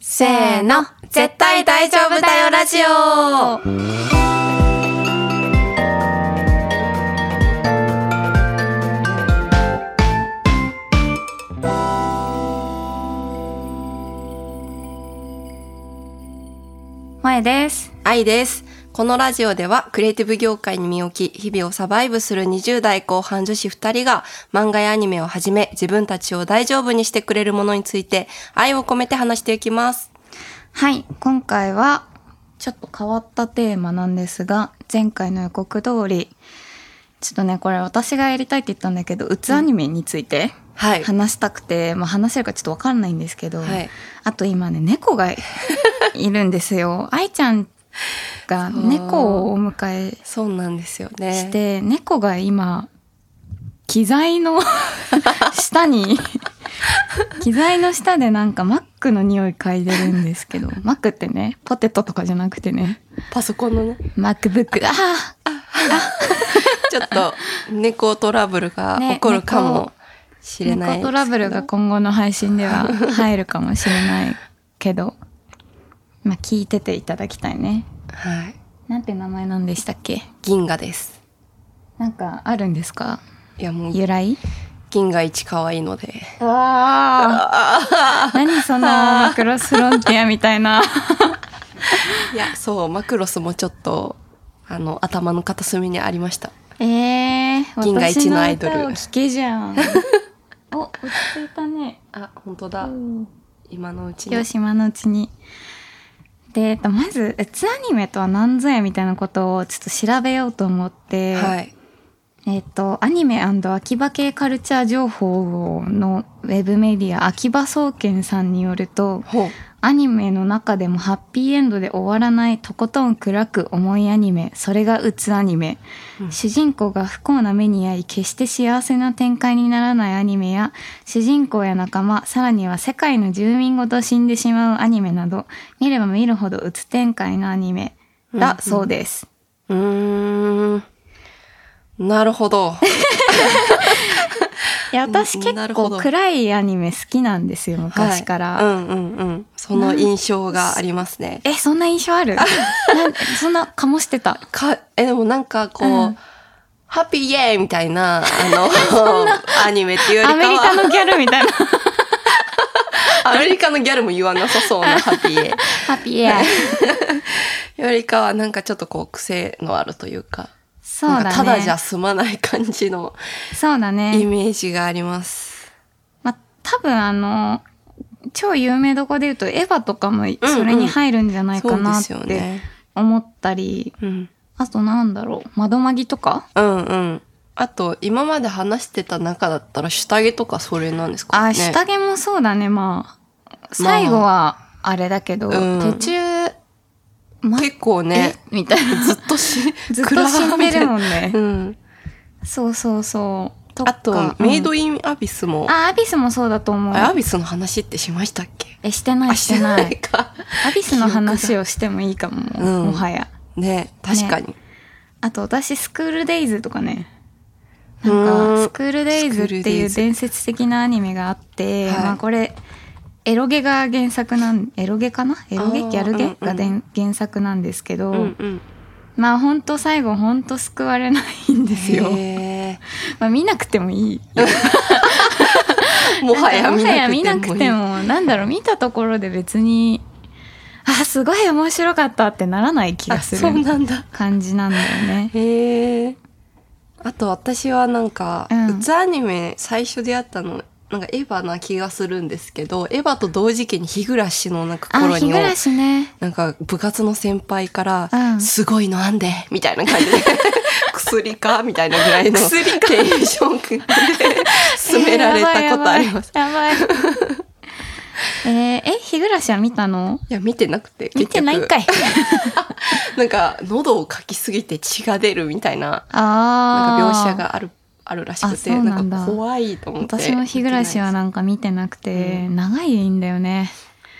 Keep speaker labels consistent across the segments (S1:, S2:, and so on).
S1: せーの絶対大丈夫だよラジオ
S2: 萌です
S1: 愛ですこのラジオではクリエイティブ業界に身を置き日々をサバイブする20代後半女子2人が漫画やアニメをはじめ自分たちを大丈夫にしてくれるものについて愛を込めて話していきます
S2: はい今回はちょっと変わったテーマなんですが前回の予告通りちょっとねこれ私がやりたいって言ったんだけど「うつアニメ」について
S1: はい
S2: 話したくて、まあ、話せるかちょっと分かんないんですけど、
S1: はい
S2: あと今ね猫が いるんですよ。愛ちゃんが
S1: そう
S2: 猫をお迎え
S1: そうなんですよね
S2: して猫が今機 材の下に機材の下でなんかマックの匂い嗅いでるんです けどマックってねポテトとかじゃなくてね
S1: パソコンの ね
S2: マックブックあー
S1: ちょっと猫トラブルが
S2: ね
S1: 起こるかもしれない、
S2: 猫トラブルが今後の配信 では入るかもしれないけどまあ聞いてていただきたいね
S1: はい
S2: なんて名前なんでしたっけ
S1: 銀河です
S2: なんかあるんですか
S1: いやもう
S2: 由来
S1: 銀河一可愛いので
S2: ああ何その マクロスフロンティアみたいない
S1: やそうマクロスもちょっとあの頭の片隅にありました
S2: ええー、
S1: 銀河一のアイドル
S2: 私の歌を聞けじ ゃん。お、落ち着いたね。
S1: あ本当だ今のうちに
S2: よし、今のうちに。で、えっと、まず、うつアニメとは何ぞやみたいなことをちょっと調べようと思って、
S1: はい
S2: えっと、アニメ秋葉系カルチャー情報のウェブメディア、秋葉総研さんによると、
S1: ほう
S2: アニメの中でもハッピーエンドで終わらないとことん暗く重いアニメそれがうつアニメ、
S1: うん
S2: 主人公が不幸な目に遭い決して幸せな展開にならないアニメや主人公や仲間さらには世界の住民ごと死んでしまうアニメなど見れば見るほどうつ展開のアニメ
S1: うんうん
S2: だそうです、
S1: うーんなるほど
S2: いや私
S1: うんな
S2: 結
S1: るほ
S2: 構
S1: ど
S2: 暗いアニメ好きなんですよ昔から、
S1: はいうんうんうんその印象がありますね
S2: えそんな印象 あるなんそんなかもしてた
S1: かえでもなんかこう、
S2: うん
S1: ハッピーイエーイみたいなあ のアニメっていうよりかは
S2: アメリカのギャルみた いな
S1: アメリカのギャルも言わなさそう なハッピーエー
S2: ハッピーエア
S1: よりかはなんかちょっとこう癖のあるというか
S2: そうだね
S1: なんかただじゃ済まない感じの
S2: そうだ
S1: イ
S2: ね。
S1: メージがあります。
S2: まあ、多分あの、超有名どこで言うと、エヴァとかも
S1: うん
S2: それに入るんじゃない
S1: そ
S2: か
S1: うで
S2: なっ
S1: すよ
S2: て
S1: ね。
S2: 思ったり、
S1: うん、
S2: あとなんだろう、窓まぎとか
S1: うん、うん。あと今まで話してた中だったら下着とかそれなんですかね。
S2: あ、下着もそうだね、まあ。最後はあれだけど、
S1: うん
S2: 途中、ま、
S1: 結構ね
S2: えみたいな。
S1: ずっとし
S2: ずっと死んでるもん
S1: 暗い
S2: ね
S1: う。ん。
S2: そうそうそう。とか
S1: あと、メイド
S2: イ
S1: インアビスも、
S2: あ、アビスもそうだと思う。
S1: あアビスの話ってしましたっけ？
S2: え、してない、
S1: あ
S2: し てない。
S1: か。
S2: アビスの話をしてもいいかも、
S1: うん
S2: もはや。
S1: ね、確かに。
S2: あと私スクールデイズとかね
S1: う
S2: な
S1: ーん
S2: んかスクールデイズっ
S1: スクール
S2: て
S1: デ
S2: い
S1: イ
S2: う
S1: ズ
S2: 伝説的なアニメがあって、
S1: はい
S2: まあこれエロゲが原作なんエロゲかなエロゲ
S1: あー
S2: ギャルゲ、
S1: うんうん
S2: がでん原作なんですけど、
S1: うんうん。
S2: まあほんと最後ほんと救われないんですよ、
S1: へ
S2: まあ見なくてもいい
S1: ーもはや
S2: も
S1: 見
S2: はや見な
S1: な
S2: く
S1: く
S2: て
S1: てもいい。
S2: もなんだろう見たところで別にあすごい面白かったってならない気が
S1: あ、
S2: す
S1: そ
S2: る
S1: うなんだ。
S2: 感じなんだよ ね
S1: へえ。あと私はなんか、
S2: う
S1: うんつアニメ最初出会ったの、なんかエヴァな気がするんですけど、エヴァと同時期に日暮らしのなんか
S2: あ
S1: 頃
S2: 日
S1: に
S2: 暮らしね
S1: なんか部活の先輩から、
S2: うん
S1: すごいのあんで、みたいな感じ で、薬かみたいなぐらいのテンションで勧められたことあり ます。
S2: えーやばいやばいやばい えーえ、日暮らしは見たの
S1: いや、見てなくて。
S2: 見てないんか
S1: い。
S2: い。
S1: なんか、喉をかきすぎて血が出るみたいなな
S2: あ
S1: ん
S2: あ。
S1: か描写。があるあるらしくて
S2: あそう
S1: な
S2: なん
S1: ん
S2: だ
S1: か怖いと思って
S2: 私も日暮らしはなんか見てなくて、長いんだよね。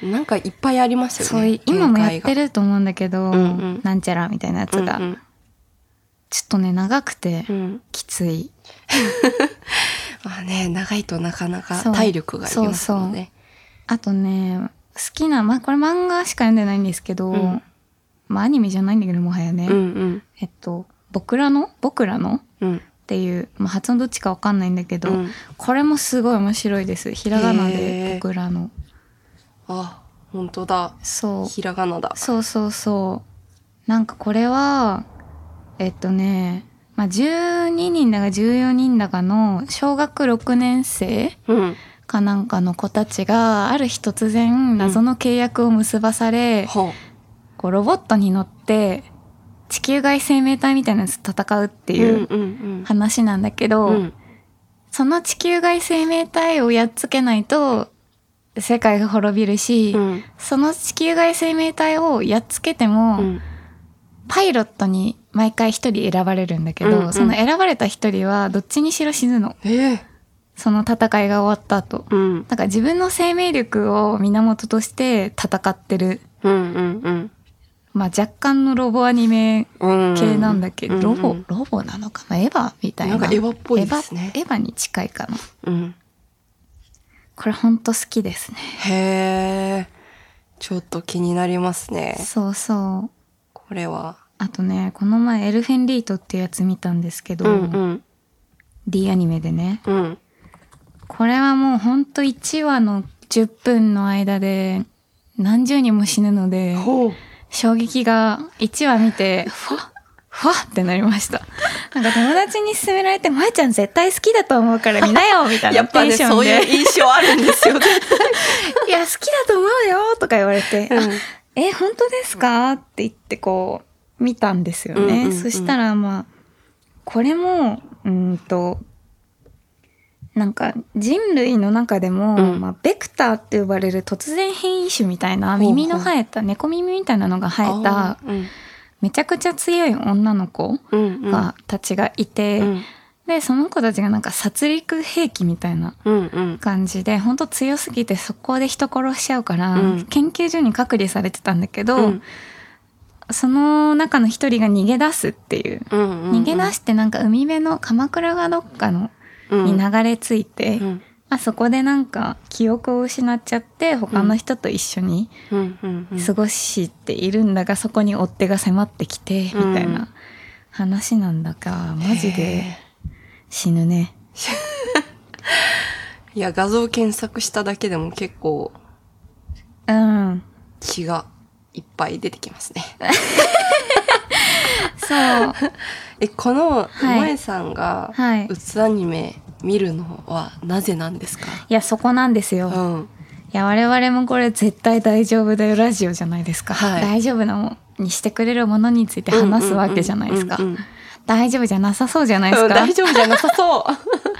S1: なんかいっぱいありますよね
S2: そういう、今もやって
S1: る
S2: ると思うんだけど、
S1: んうん
S2: なんちゃらみたいなやつが、
S1: うん
S2: ちょっとね、長くて
S1: うんうん
S2: きつい。
S1: まあね長いとなかなか
S2: そう
S1: 体力がいりますもんね
S2: あとね、きな、ま、これ漫画しか読んでないんですけど、
S1: うん
S2: まあアニメじゃないんだけどもはやね、
S1: うん
S2: えっと「僕らの僕らの」
S1: うんうん
S2: っていう、まあ、発音どっちかわかんないんだけど、
S1: うん
S2: これもすごい面白いですひらがな
S1: へ
S2: で
S1: ー
S2: 「僕らの
S1: あ本当だ」
S2: そう
S1: ひらがなだ
S2: そうそうそうなんかこれはえっとね、まあ、12人だか14人だかの小学6年生
S1: うん
S2: かなんかの子たちがある日突然謎の契約を結ばされ、
S1: ほ
S2: こうロボットに乗って地球外生命体みたいなやつと戦うって
S1: う
S2: いう
S1: うんうん
S2: 話なんだけど、
S1: うんうん
S2: その地球外生命体をやっつけないと世界が滅びるし、
S1: うん
S2: その地球外生命体をやっつけても、
S1: うん
S2: パイロットに毎回一人選ばれるんだけど、
S1: うんうん
S2: その選ばれた一人はどっちにしろ死ぬの
S1: ええ
S2: その戦いが終わった後
S1: うん
S2: だから自分の生命力を源として戦ってる、
S1: うんうん
S2: まあ、若干のロボアニメ
S1: うんうん
S2: 系なんだけど、
S1: うん
S2: ロボ
S1: うん
S2: ロボなのかなエヴァみたいな
S1: なんかエヴァっぽいですね
S2: エヴァエヴァに近いかな
S1: うん
S2: これほんと好きですね
S1: へえちょっと気になりますね
S2: そうそう
S1: これは
S2: あとねこの前エルフェンリートっていうやつ見たんですけど、
S1: うんうん
S2: D アニメでね
S1: うん
S2: これはもうほんと1話の10分の間で何十人も死ぬので
S1: ほう
S2: 衝撃が1話見てふわっふわってなりましたなんか友達に勧められて「まえちゃん絶対好きだと思うから見なよ」みたい
S1: や
S2: な
S1: っぱ
S2: テン
S1: ね
S2: ショ
S1: そ
S2: ン
S1: ういう
S2: で
S1: 印象あるんですよね
S2: 「 いや好きだと思うよ」とか言われ て「
S1: うん
S2: あえ本当ですか?」って言ってこう見たんですよね、
S1: うんうんうん
S2: そしたらまあこれもうーんとなんか人類の中でも、
S1: うん
S2: まあ、ベクターって呼ばれる突然変異種みたい
S1: ほう
S2: な
S1: ほう
S2: 耳の生えた猫耳みたいなのが生え
S1: あー
S2: た
S1: うん
S2: めちゃくちゃ強い女の子
S1: うんうん
S2: が、たちがいて、
S1: うん
S2: でその子たちがなんか殺戮兵器みたいな
S1: うんうん
S2: 感じで本当強すぎて速攻で人殺しちゃうから、
S1: うん
S2: 研究所に隔離されてたんだけど、
S1: うん
S2: その中の一人が逃げ出すっていう、
S1: うんうん
S2: 逃げ出してなんか海辺の鎌倉がどっかの
S1: う
S2: に
S1: ん
S2: 流れ着いて、
S1: うん
S2: まあ、そこでなんか記憶を失っちゃって他の人と一緒に
S1: うんうんうん
S2: 過ごしているんだが、そこに追っ手が迫ってきてみ
S1: うん
S2: たいな話なんだが、マジで
S1: へ
S2: 死ぬね
S1: いや画像検索しただけでも結構
S2: うん
S1: 血がいっぱい出てきますね
S2: そう
S1: えこの
S2: はい
S1: 萌さんが
S2: はいう
S1: つアニメ見るのはなぜなんですか、
S2: いやそこなんですよ、い
S1: うん
S2: や我々もこれ絶対大丈夫だよラジオじゃないですか、
S1: はい
S2: 大丈夫なもにしてくれるものについて話すわけじゃないですか
S1: うんうんうんうん
S2: 大丈夫じゃなさそうじゃないです
S1: うん
S2: か
S1: 大丈夫じゃなさそう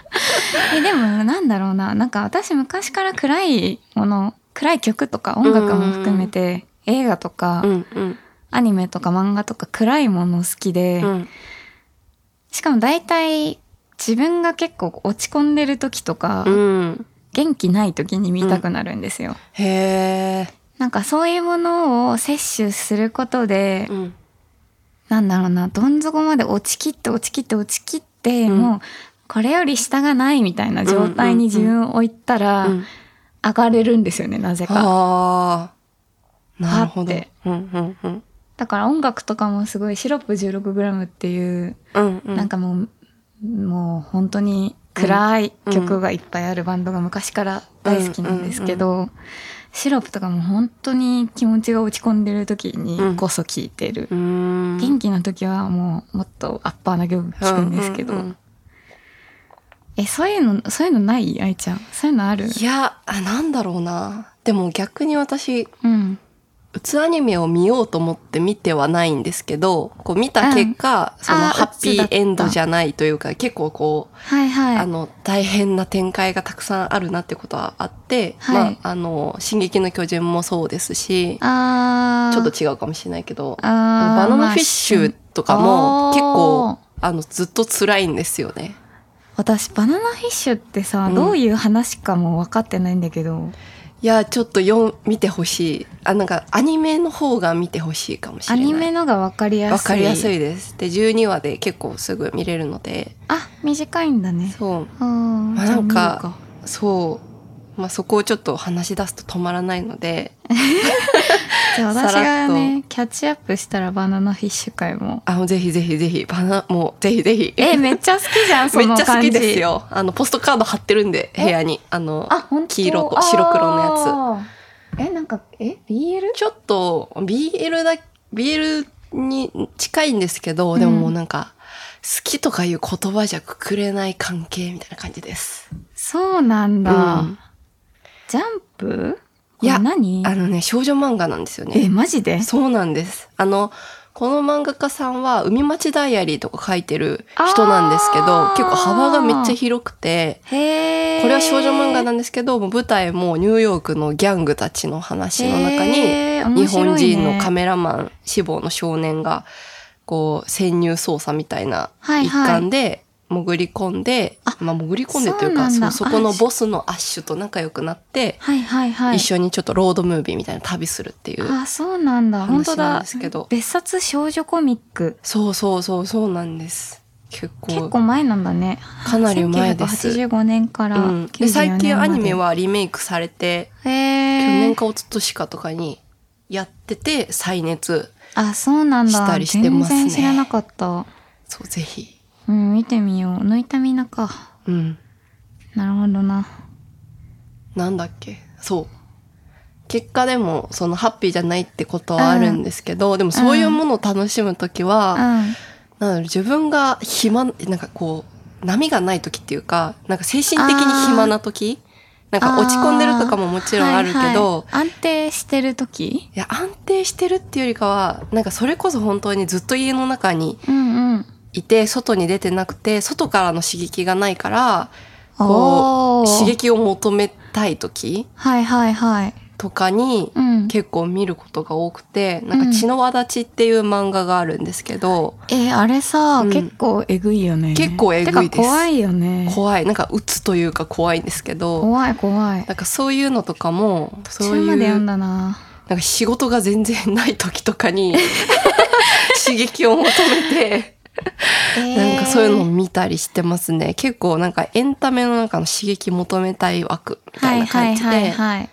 S2: えでもなんだろうななんか私昔から暗いもの暗い曲とか音楽も含めて映画とか、
S1: うんうん
S2: アニメとか漫画とか暗いもの好きで、
S1: うん
S2: しかも大体自分が結構落ち込んでる時とか、
S1: うん
S2: 元気ない時に見たくなるんですよ、
S1: へえ
S2: なんかそういうものを摂取することで、
S1: うん
S2: なんだろうなどん底まで落ちきって落ちきって落ちきって、
S1: うん
S2: もうこれより下がないみたいな状態に自分を置いたら、
S1: うん
S2: 上がれるんですよねなぜか。
S1: ああなるほど
S2: あって
S1: うんうんうん
S2: だから音楽とかもすごいシロップ 16g っていう、
S1: うんうん
S2: なんかもうもう本当に暗い曲がいっぱいあるバンドが昔から大好きなんですけど、シロップとかも本当に気持ちが落ち込んでる時にこそ聴いてる、
S1: うーん
S2: 元気な時はもうもっとアッパーな曲聴くんですけど、
S1: うううん
S2: えそういうのそういうのない愛ちゃんそういうのある
S1: いやあなんだろうなでも逆に私
S2: うん
S1: うつアニメを見ようと思って見てはないんですけどこう見た結果、その
S2: あー
S1: ハッピーエンドじゃないというか結構こう、
S2: はいは
S1: あ
S2: い
S1: の大変な展開がたくさんあるなってことはあって、
S2: はい
S1: まああの「進撃の巨人」もそうですし
S2: あー
S1: ちょっと違うかもしれないけど「
S2: あ
S1: バ
S2: ー
S1: ナナフィッシュ」とかも
S2: あー
S1: 結構あのずっと辛いんですよね。
S2: 私バナナフィッシュってさ、
S1: うん
S2: どういう話かも分かってないんだけど
S1: いやちょっと読ん見てほしいあなんかアニメの方が見てほしいかもし
S2: ア
S1: れない。
S2: ニメのが分かりや
S1: わ
S2: すい
S1: かりやすいです。で、12話で結構すぐ見れるので、
S2: あ短いんだね
S1: そう、
S2: うん
S1: まあ
S2: じゃあ
S1: なんか
S2: 見る
S1: そう、まあ、そこをちょっと話し出すと止まらないので
S2: じゃあ私
S1: さらっ
S2: が
S1: と
S2: ねキャッチアップしたらバナナフィッシュ会も
S1: あもうぜひぜひぜひバナもうぜひぜひ
S2: えめっちゃ好きじゃん そ
S1: めっ
S2: の
S1: ちゃ好
S2: 感じ
S1: きですよあのポストカード貼ってるんで
S2: え
S1: 部屋にあの
S2: あ本当
S1: 黄色と白黒のや
S2: やつえなんかえ BL?
S1: つちょっと BL だ BL に近いんですけどでももうなんか、好きとかいう言葉じゃくくれない関係みたいな感じです。
S2: そうなんだ、
S1: うん
S2: ジャンプ
S1: いや
S2: これ何
S1: あのね、少女漫画なんですよね。
S2: えマジで
S1: そうなんです。あの、この漫画家さんは、海町ダイアリーとか書いてる人なんですけど
S2: あー、
S1: 結構幅がめっちゃ広くて、
S2: へえ
S1: これは少女漫画なんですけど、もう舞台もニューヨークのギャングたちの話の中に、日本人のカメラマン志望の少年が、こう、潜入捜査みたいな
S2: はい
S1: 一
S2: はい
S1: 環で潜り込んで、
S2: あ
S1: まあ潜り込んでというか
S2: そうなん
S1: そ
S2: だ
S1: うそこの
S2: あ
S1: ボスのアッシュと仲良くなって、
S2: はいはいはい
S1: 一緒にちょっとロードムービーみたいな旅するっていう。
S2: あそうなんだ本当
S1: 話なん
S2: だ
S1: ですけど
S2: 別冊少女コミック
S1: そうそうそうそうなんです。結構。
S2: 結構前なんだね
S1: かなり前です
S2: 1985年から
S1: うん、
S2: 94年まで、
S1: で最近アニメはリメイクされて、
S2: へ
S1: 去
S2: え
S1: 年か一昨年かとかにやってて再熱。
S2: あそうなんだ
S1: したりしてますね
S2: 全然知らなかった
S1: そうぜひ。
S2: うん見てみよう抜いたみなか
S1: うん。
S2: なるほどな
S1: なんだっけそう。結果でもそのハッピーじゃないってことはあるんですけど、でもそういうものを楽しむときは、
S2: うん
S1: なんだろう自分が暇、なんかこう、波がない時っていうか、なんか精神的に暇な時なんか落ち込んでるとかももちろんあるけど、
S2: はいはい安定してる時
S1: いや、安定してるっていうよりかは、なんかそれこそ本当にずっと家の中に
S2: うんうん
S1: いて、外に出てなくて、外からの刺激がないから、
S2: お
S1: こう、
S2: ー
S1: 刺激を求めたい時
S2: はいはいはい
S1: とかに、
S2: うん
S1: 結構見ることが多くて、なんか血の輪立ちっていう漫画があるんですけど、
S2: えーあれさ、
S1: うん
S2: 結構えぐいよね
S1: 結構えぐいです
S2: てか怖いよね
S1: 怖い、なんか鬱というか怖いんですけど、
S2: 怖い怖い
S1: なんかそういうのとかも、
S2: そ
S1: そう
S2: れ
S1: い
S2: ま
S1: う、
S2: で読ん
S1: なん
S2: だな
S1: か仕事が全然ない時とか に、 刺激を求めて、なんかそういうのを見たりしてますね。結構なんかエンタメの中の刺激求めたい枠みたいな感じ
S2: はいはい
S1: で、
S2: はい、はい、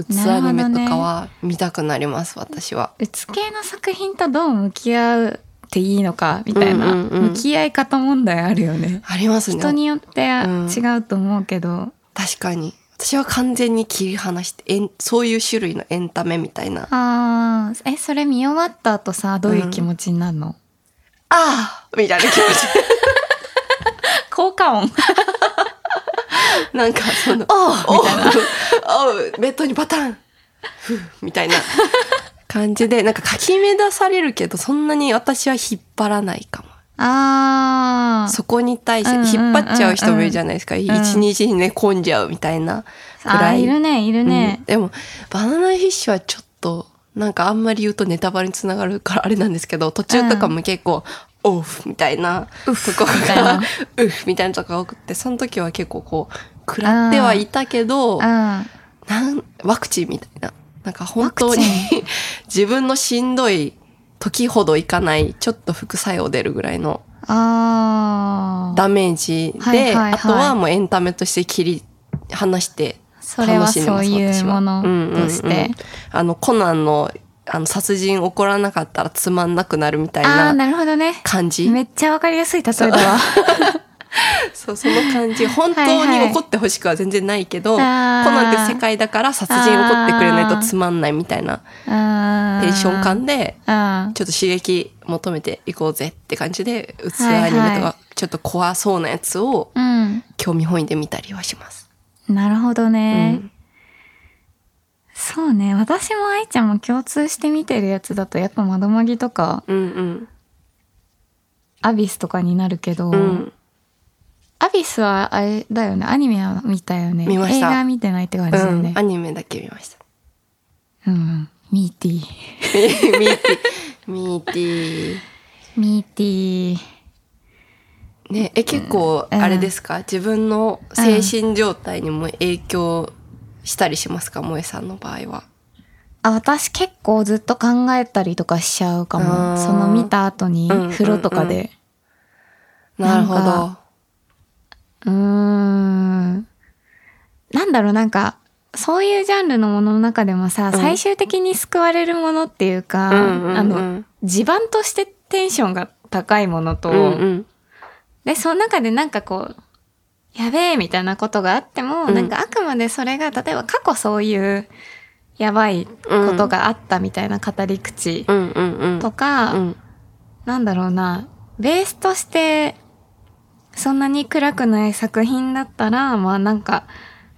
S1: うつアニメとかは見たくなります、私は。
S2: うつ系の作品とどう向き合うっていいのかみたいな、
S1: うんうんうん
S2: 向き合い方問題あるよね
S1: ありますね。
S2: 人によって
S1: ん
S2: 違うと思うけど、
S1: 確かに。私は完全に切り離して、エンそういう種類のエンタメみたいな。あ
S2: あーえそれ見終わった後さどういう気持ちになるの、
S1: あみたいな気持ち。
S2: 効果音
S1: なんかその、
S2: お
S1: おうおうベッドにバタンふうみたいな感じで、なんかかき乱されるけど、そんなに私は引っ張らないかも。
S2: あー
S1: そこに対し
S2: うんうん
S1: て引っ張っちゃう人もいるじゃないですか。一、
S2: ん
S1: 日に寝込んじゃうみたいなく
S2: あ
S1: ら
S2: ー
S1: い。
S2: いるねいるね
S1: うん、でも、バナナフィッシュはちょっと、なんかあんまり言うとネタバレにつながるからあれなんですけど、途中とかも結構、オフみたいな とこ
S2: みたい
S1: が
S2: な、
S1: ウフみたいなとこが多くて、その時は結構こう、食らってはいたけど、
S2: うん、あ
S1: なんワクチンみたいな。なんか本当に
S2: ワ
S1: 自分のしんどい時ほどいかない、ちょっと副作用出るぐらいの
S2: あー
S1: ダメージで、
S2: はいはいはい
S1: あとはもうエンタメとして切り離して
S2: それは
S1: 楽しんで
S2: そ
S1: ま
S2: う
S1: す
S2: いう
S1: 私は
S2: ものとして、
S1: うんうんうんあのコナンのあの殺人起こらなかったらつまんなくなるみたい
S2: ああー
S1: な
S2: なるほどね
S1: 感じ
S2: めっちゃわかりやすい例えだわ
S1: そうその感じ本当
S2: はいは
S1: に
S2: い
S1: 怒ってほしくは全然ないけど
S2: あー
S1: コナンって世界だから殺人起こってくれないとつまんないみたいな
S2: あー
S1: テンション感で
S2: あ
S1: ちょっと刺激求めていこうぜって感じで、うつアニ
S2: は
S1: メ
S2: い
S1: と
S2: は
S1: か、ちょっと怖そうなやつを
S2: ー
S1: 興味本位で見たりはします。
S2: うんなるほど
S1: う
S2: ね、
S1: ん
S2: そうね私も愛ちゃんも共通して見てるやつだとやっぱ窓まぎとか
S1: うん
S2: アビスとかになるけ
S1: う
S2: ど、
S1: ん。うん。
S2: アビスはあれだよねアニメは見たよね
S1: 見ました
S2: 映画見てないって感じだ
S1: う
S2: よね
S1: ん。アニメだけ見ました。
S2: うん、ミーティー
S1: ミーティー。ミーティー。
S2: ミーティー
S1: ね、え、結構、
S2: うん
S1: あれですか、自分の精神状態にも影響したりしますか萌えさんの場合は。
S2: あ私結構ずっと考えたりとかしちゃうか
S1: あ
S2: も
S1: ー
S2: その見た後に
S1: うん
S2: 風呂とかで
S1: なるほ
S2: なん
S1: ど。
S2: うーんなんだろうなんかそういうジャンルのものの中でもさ、
S1: ん
S2: 最終的に救われるものっていうか、
S1: うんうんうん
S2: あの地盤としてテンションが高いものと、
S1: うんうん
S2: でその中でなんかこうやべえみたいなことがあっても、
S1: うん
S2: なんかあくまでそれが例えば過去そういうやばいことがあったみたいな語り口
S1: うんうんうん
S2: とか、
S1: うん
S2: なんだろうな、ベースとして、そんなに暗くない作品だったら、まあなんか、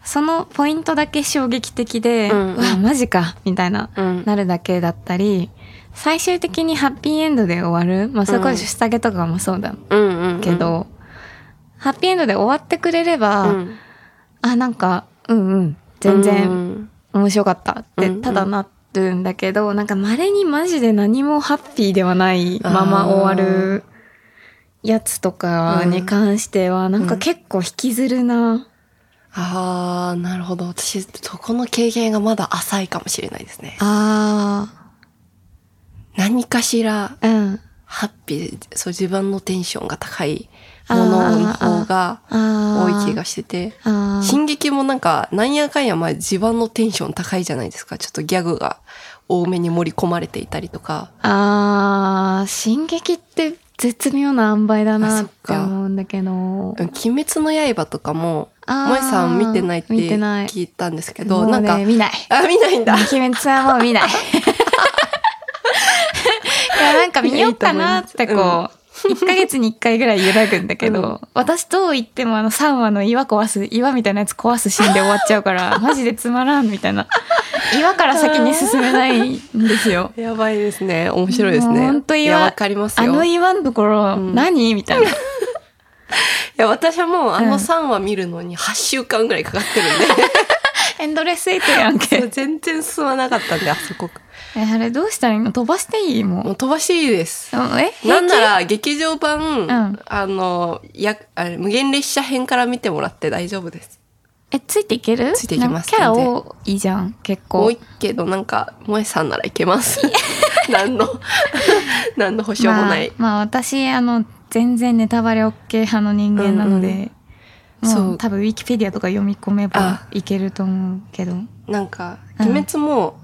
S2: そのポイントだけ衝撃的で、
S1: う
S2: う
S1: う
S2: ん
S1: ん
S2: わ、マジか、みたいな、
S1: うん
S2: なるだけだったり、最終的にハッピーエンドで終わる、まあそれこ
S1: うん
S2: そ下げとかもそうだ
S1: うんうん
S2: けど、ハッピーエンドで終わってくれれば、
S1: うん
S2: あ、なんか、うんうん、全
S1: う
S2: 然
S1: ん
S2: 面白かったっ
S1: う
S2: て、
S1: ん
S2: ただなるんだけど、なんか稀にマジで何もハッピーではないまま終わるやつとかに関しては、なんか結構引きずるな。
S1: あーなるほど私そこの経験がまだ浅いかもしれないですね
S2: あ
S1: 何かしら
S2: あ、うん。
S1: ハッピーそう自分のテンションが高いものの方が
S2: あ
S1: 多い気
S2: が。
S1: がしてて
S2: あー
S1: 進撃もなんか、なんやかんや前、地盤のテンション高いじゃないですか。ちょっとギャグが多めに盛り込まれていたりとか。
S2: あー、進撃って絶妙な塩梅だなって思うんだけど。
S1: 鬼滅の刃とかも、
S2: あー
S1: 萌さん見てないって
S2: 見てない
S1: 聞いたんですけ
S2: も
S1: ど、
S2: うね
S1: なんか、
S2: 見ない。
S1: あ、見ないんだ。
S2: 鬼滅はもう 見ない。いや、なんか見ようかなってこう、1ヶ月に1回ぐらい揺らぐんだけど、
S1: う
S2: 私どう言ってもあの3話の岩壊す、岩みたいなやつ壊すシーンで終わっちゃうから、 マジでつまらんみたいな。岩から先に進めないんですよ。
S1: やばいですね。面白いですね。
S2: もうほんと
S1: い
S2: 岩
S1: や、わかります
S2: あ
S1: よ。
S2: の
S1: い
S2: 岩のところ、
S1: ん
S2: 何み たいな。
S1: や、私はもうあ
S2: う
S1: の
S2: ん
S1: 3話見るのに8週間ぐらいかかって るんで
S2: エンドレスエイトやん
S1: もう
S2: け。
S1: 全然進まなかったんで、あそこ。
S2: えあれどうしたらいいの飛ばしていい
S1: も
S2: も
S1: う飛ばしていいです
S2: う。。え平
S1: なん
S2: 気
S1: なら劇場版、
S2: ん
S1: あのやあれ無限列車編から見てもらって大丈夫です。
S2: え、ついていける
S1: ついていけます
S2: なんかキャラ多いじゃん、結構。
S1: 多いけどなんか萌えさんならいけます。 何の何の保証もない。
S2: まあ、まあ私あの全然ネタバレ OK 派の人間なので、
S1: うんうん
S2: もう
S1: そう
S2: 多分ウィキペディアとか読み込めば
S1: あ
S2: いけると思うけどうん
S1: なんか
S2: うん
S1: 鬼滅も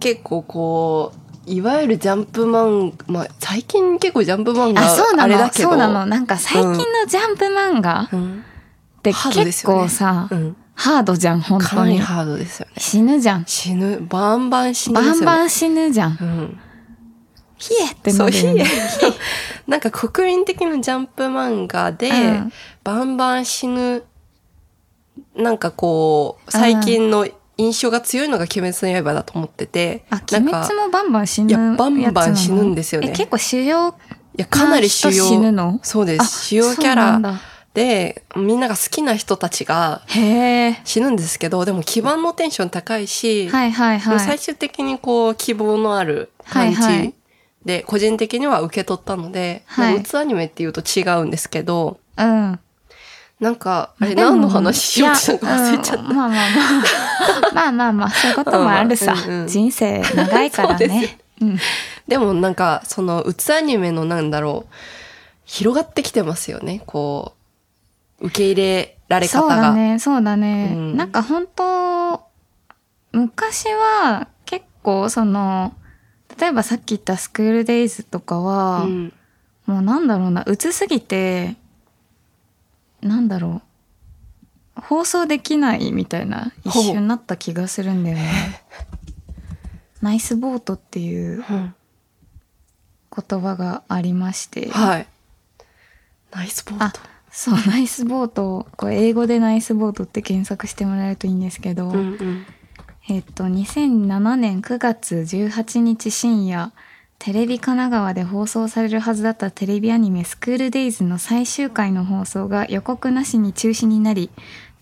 S1: 結構こういわゆるジャンプ漫画まあ最近結構ジャンプ漫
S2: あそう
S1: 画
S2: な
S1: あれ
S2: の
S1: だけど。
S2: そうなのなんか最近のジャンプ漫画っ
S1: うん。
S2: て
S1: ハードです
S2: 結
S1: よね
S2: 構さ、
S1: うん。
S2: ハードじゃん本
S1: か
S2: 当
S1: なり
S2: に
S1: ハードですよね。
S2: 死ぬじゃん
S1: 死ぬバンバン死ぬ
S2: バ
S1: です
S2: ン
S1: よね。
S2: バン死ぬじゃん
S1: うん。
S2: ヒエって
S1: そ
S2: な
S1: う、
S2: るよね
S1: ひえなんか国民的なジャンプ漫画で、
S2: うん
S1: バンバン死ぬ、なんかこう、最近の印象が強いのが鬼滅の刃だと思ってて、
S2: あ
S1: なん
S2: 鬼
S1: か
S2: 滅もバンバン死ぬ
S1: い
S2: やつな
S1: や
S2: の
S1: バンバン死ぬんですよね
S2: え結構主要
S1: いや、かなり主
S2: 人死ぬ
S1: 要、
S2: の
S1: そうで
S2: あ
S1: す。主要キャ
S2: そうなん
S1: ラ
S2: だ
S1: で、みんなが好きな人たちが
S2: へえ
S1: 死ぬんですけど、でも基盤のテンション高いし、
S2: はいはい
S1: でも
S2: はい
S1: 最終的にこう、希望のある感じで、
S2: はいはい
S1: 個人的には受け取ったので、
S2: はい
S1: まあ、うつアニメっていうと違うんですけど、
S2: うん
S1: なんか、あれ
S2: でも
S1: 何の話しようってしたのか忘れちゃっ
S2: いやうんまあまあまあ。 まあまあまあ、そういうこともある さ
S1: うんうんう。ん
S2: 人生長いから
S1: そうです
S2: ね。うん
S1: た。でもなんか、その、うつアニメのなんだろう、広がってきてますよね。こう、受け入れられ
S2: そ
S1: 方
S2: うだ
S1: が。
S2: ね、そうだね。
S1: うん
S2: なんか本当昔は結構その、例えばさっき言ったスクールデイズとかは、
S1: うん
S2: もうなんだろうな、うつすぎて、なんだろう、放送できないみたいな一
S1: ほう
S2: 瞬になった気がするんだ よね。ナイスボートっていう
S1: うん
S2: 言葉がありまして、
S1: はい。ナイスポー
S2: あ
S1: ト。
S2: そう、ナイスボートを、これ英語でナイスボートって検索してもらえるといいんですけど、
S1: うんうん。
S2: えっと、2007年9月18日深夜、テレビ神奈川で放送されるはずだったテレビアニメスクールデイズの最終回の放送が予告なしに中止になり、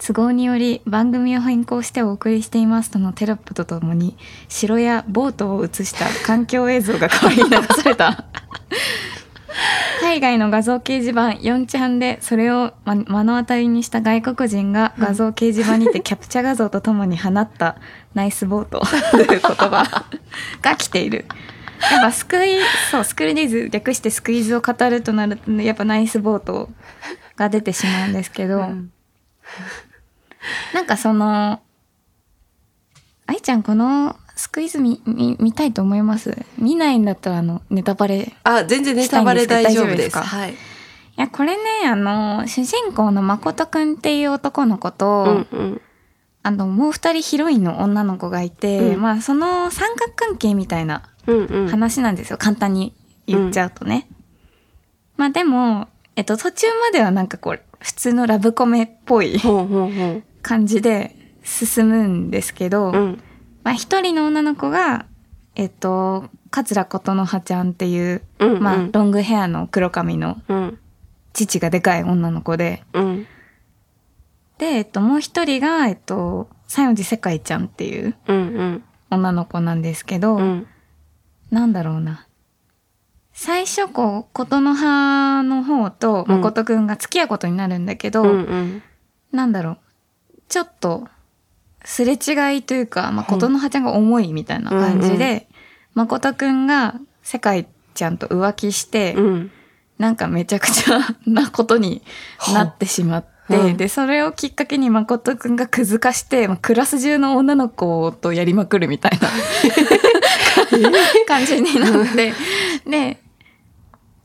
S2: 都合により番組を変更してお送りしていますとのテロップとともに、城やボートを映した環境映像が代わりに流された。海外の画像掲示板4チャンでそれを、ま、目の当たりにした外国人が画像掲示板にてキャプチャ画像とともに放ったナイスボートという言葉が来ている。やっぱスクイそうスクールディーズ略してスクイーズを語るとなるとやっぱナイスボートが出てしまうんですけど、
S1: うん
S2: なんかその、愛ちゃんこのスクイズ見、見、見たいと思います見ないんだったらあの、ネタバレ。い
S1: あ、全然ネタバレ
S2: したいん
S1: 大
S2: です
S1: 丈
S2: か
S1: 夫です。
S2: 大丈夫ですか
S1: はい。
S2: や、これね、あの、主人公の誠くんっていう男の子と、
S1: うんうん。
S2: あの、もう二人ヒロインの女の子がいて、
S1: うん
S2: まあその三角関係みたいな
S1: うんうん。
S2: 話なんですよ。簡単に言っちゃうとね。まあでも、えっと、途中まではなんかこう、普通のラブコメっぽい
S1: ほうほうほう。
S2: 感じで進むんですけど、
S1: うん。
S2: まあ一人の女の子が、えっと、桂琴乃葉ちゃんっていう、
S1: うんうん。
S2: まあロングヘアの黒髪の
S1: うん。
S2: 父がでかい女の子で、
S1: うん。
S2: で、えっと、もう一人が、えっと、西園寺世界ちゃんっていう
S1: うんうん。
S2: 女の子なんですけど、
S1: うん。
S2: なんだろうな。最初、こう、琴の葉の方と
S1: うん
S2: 誠くんが付き合うことになるんだけど、
S1: うんうん。
S2: なんだろう。ちょっと、すれ違いというか、まあ、琴の葉ちゃんが重いみたいな感じで、
S1: うん
S2: 誠くんが世界ちゃんと浮気して、
S1: うん。
S2: なんかめちゃくちゃなことになってしまって、
S1: うん
S2: で、それをきっかけに誠くんがくずかして、まあ、クラス中の女の子とやりまくるみたいな感じになって、で、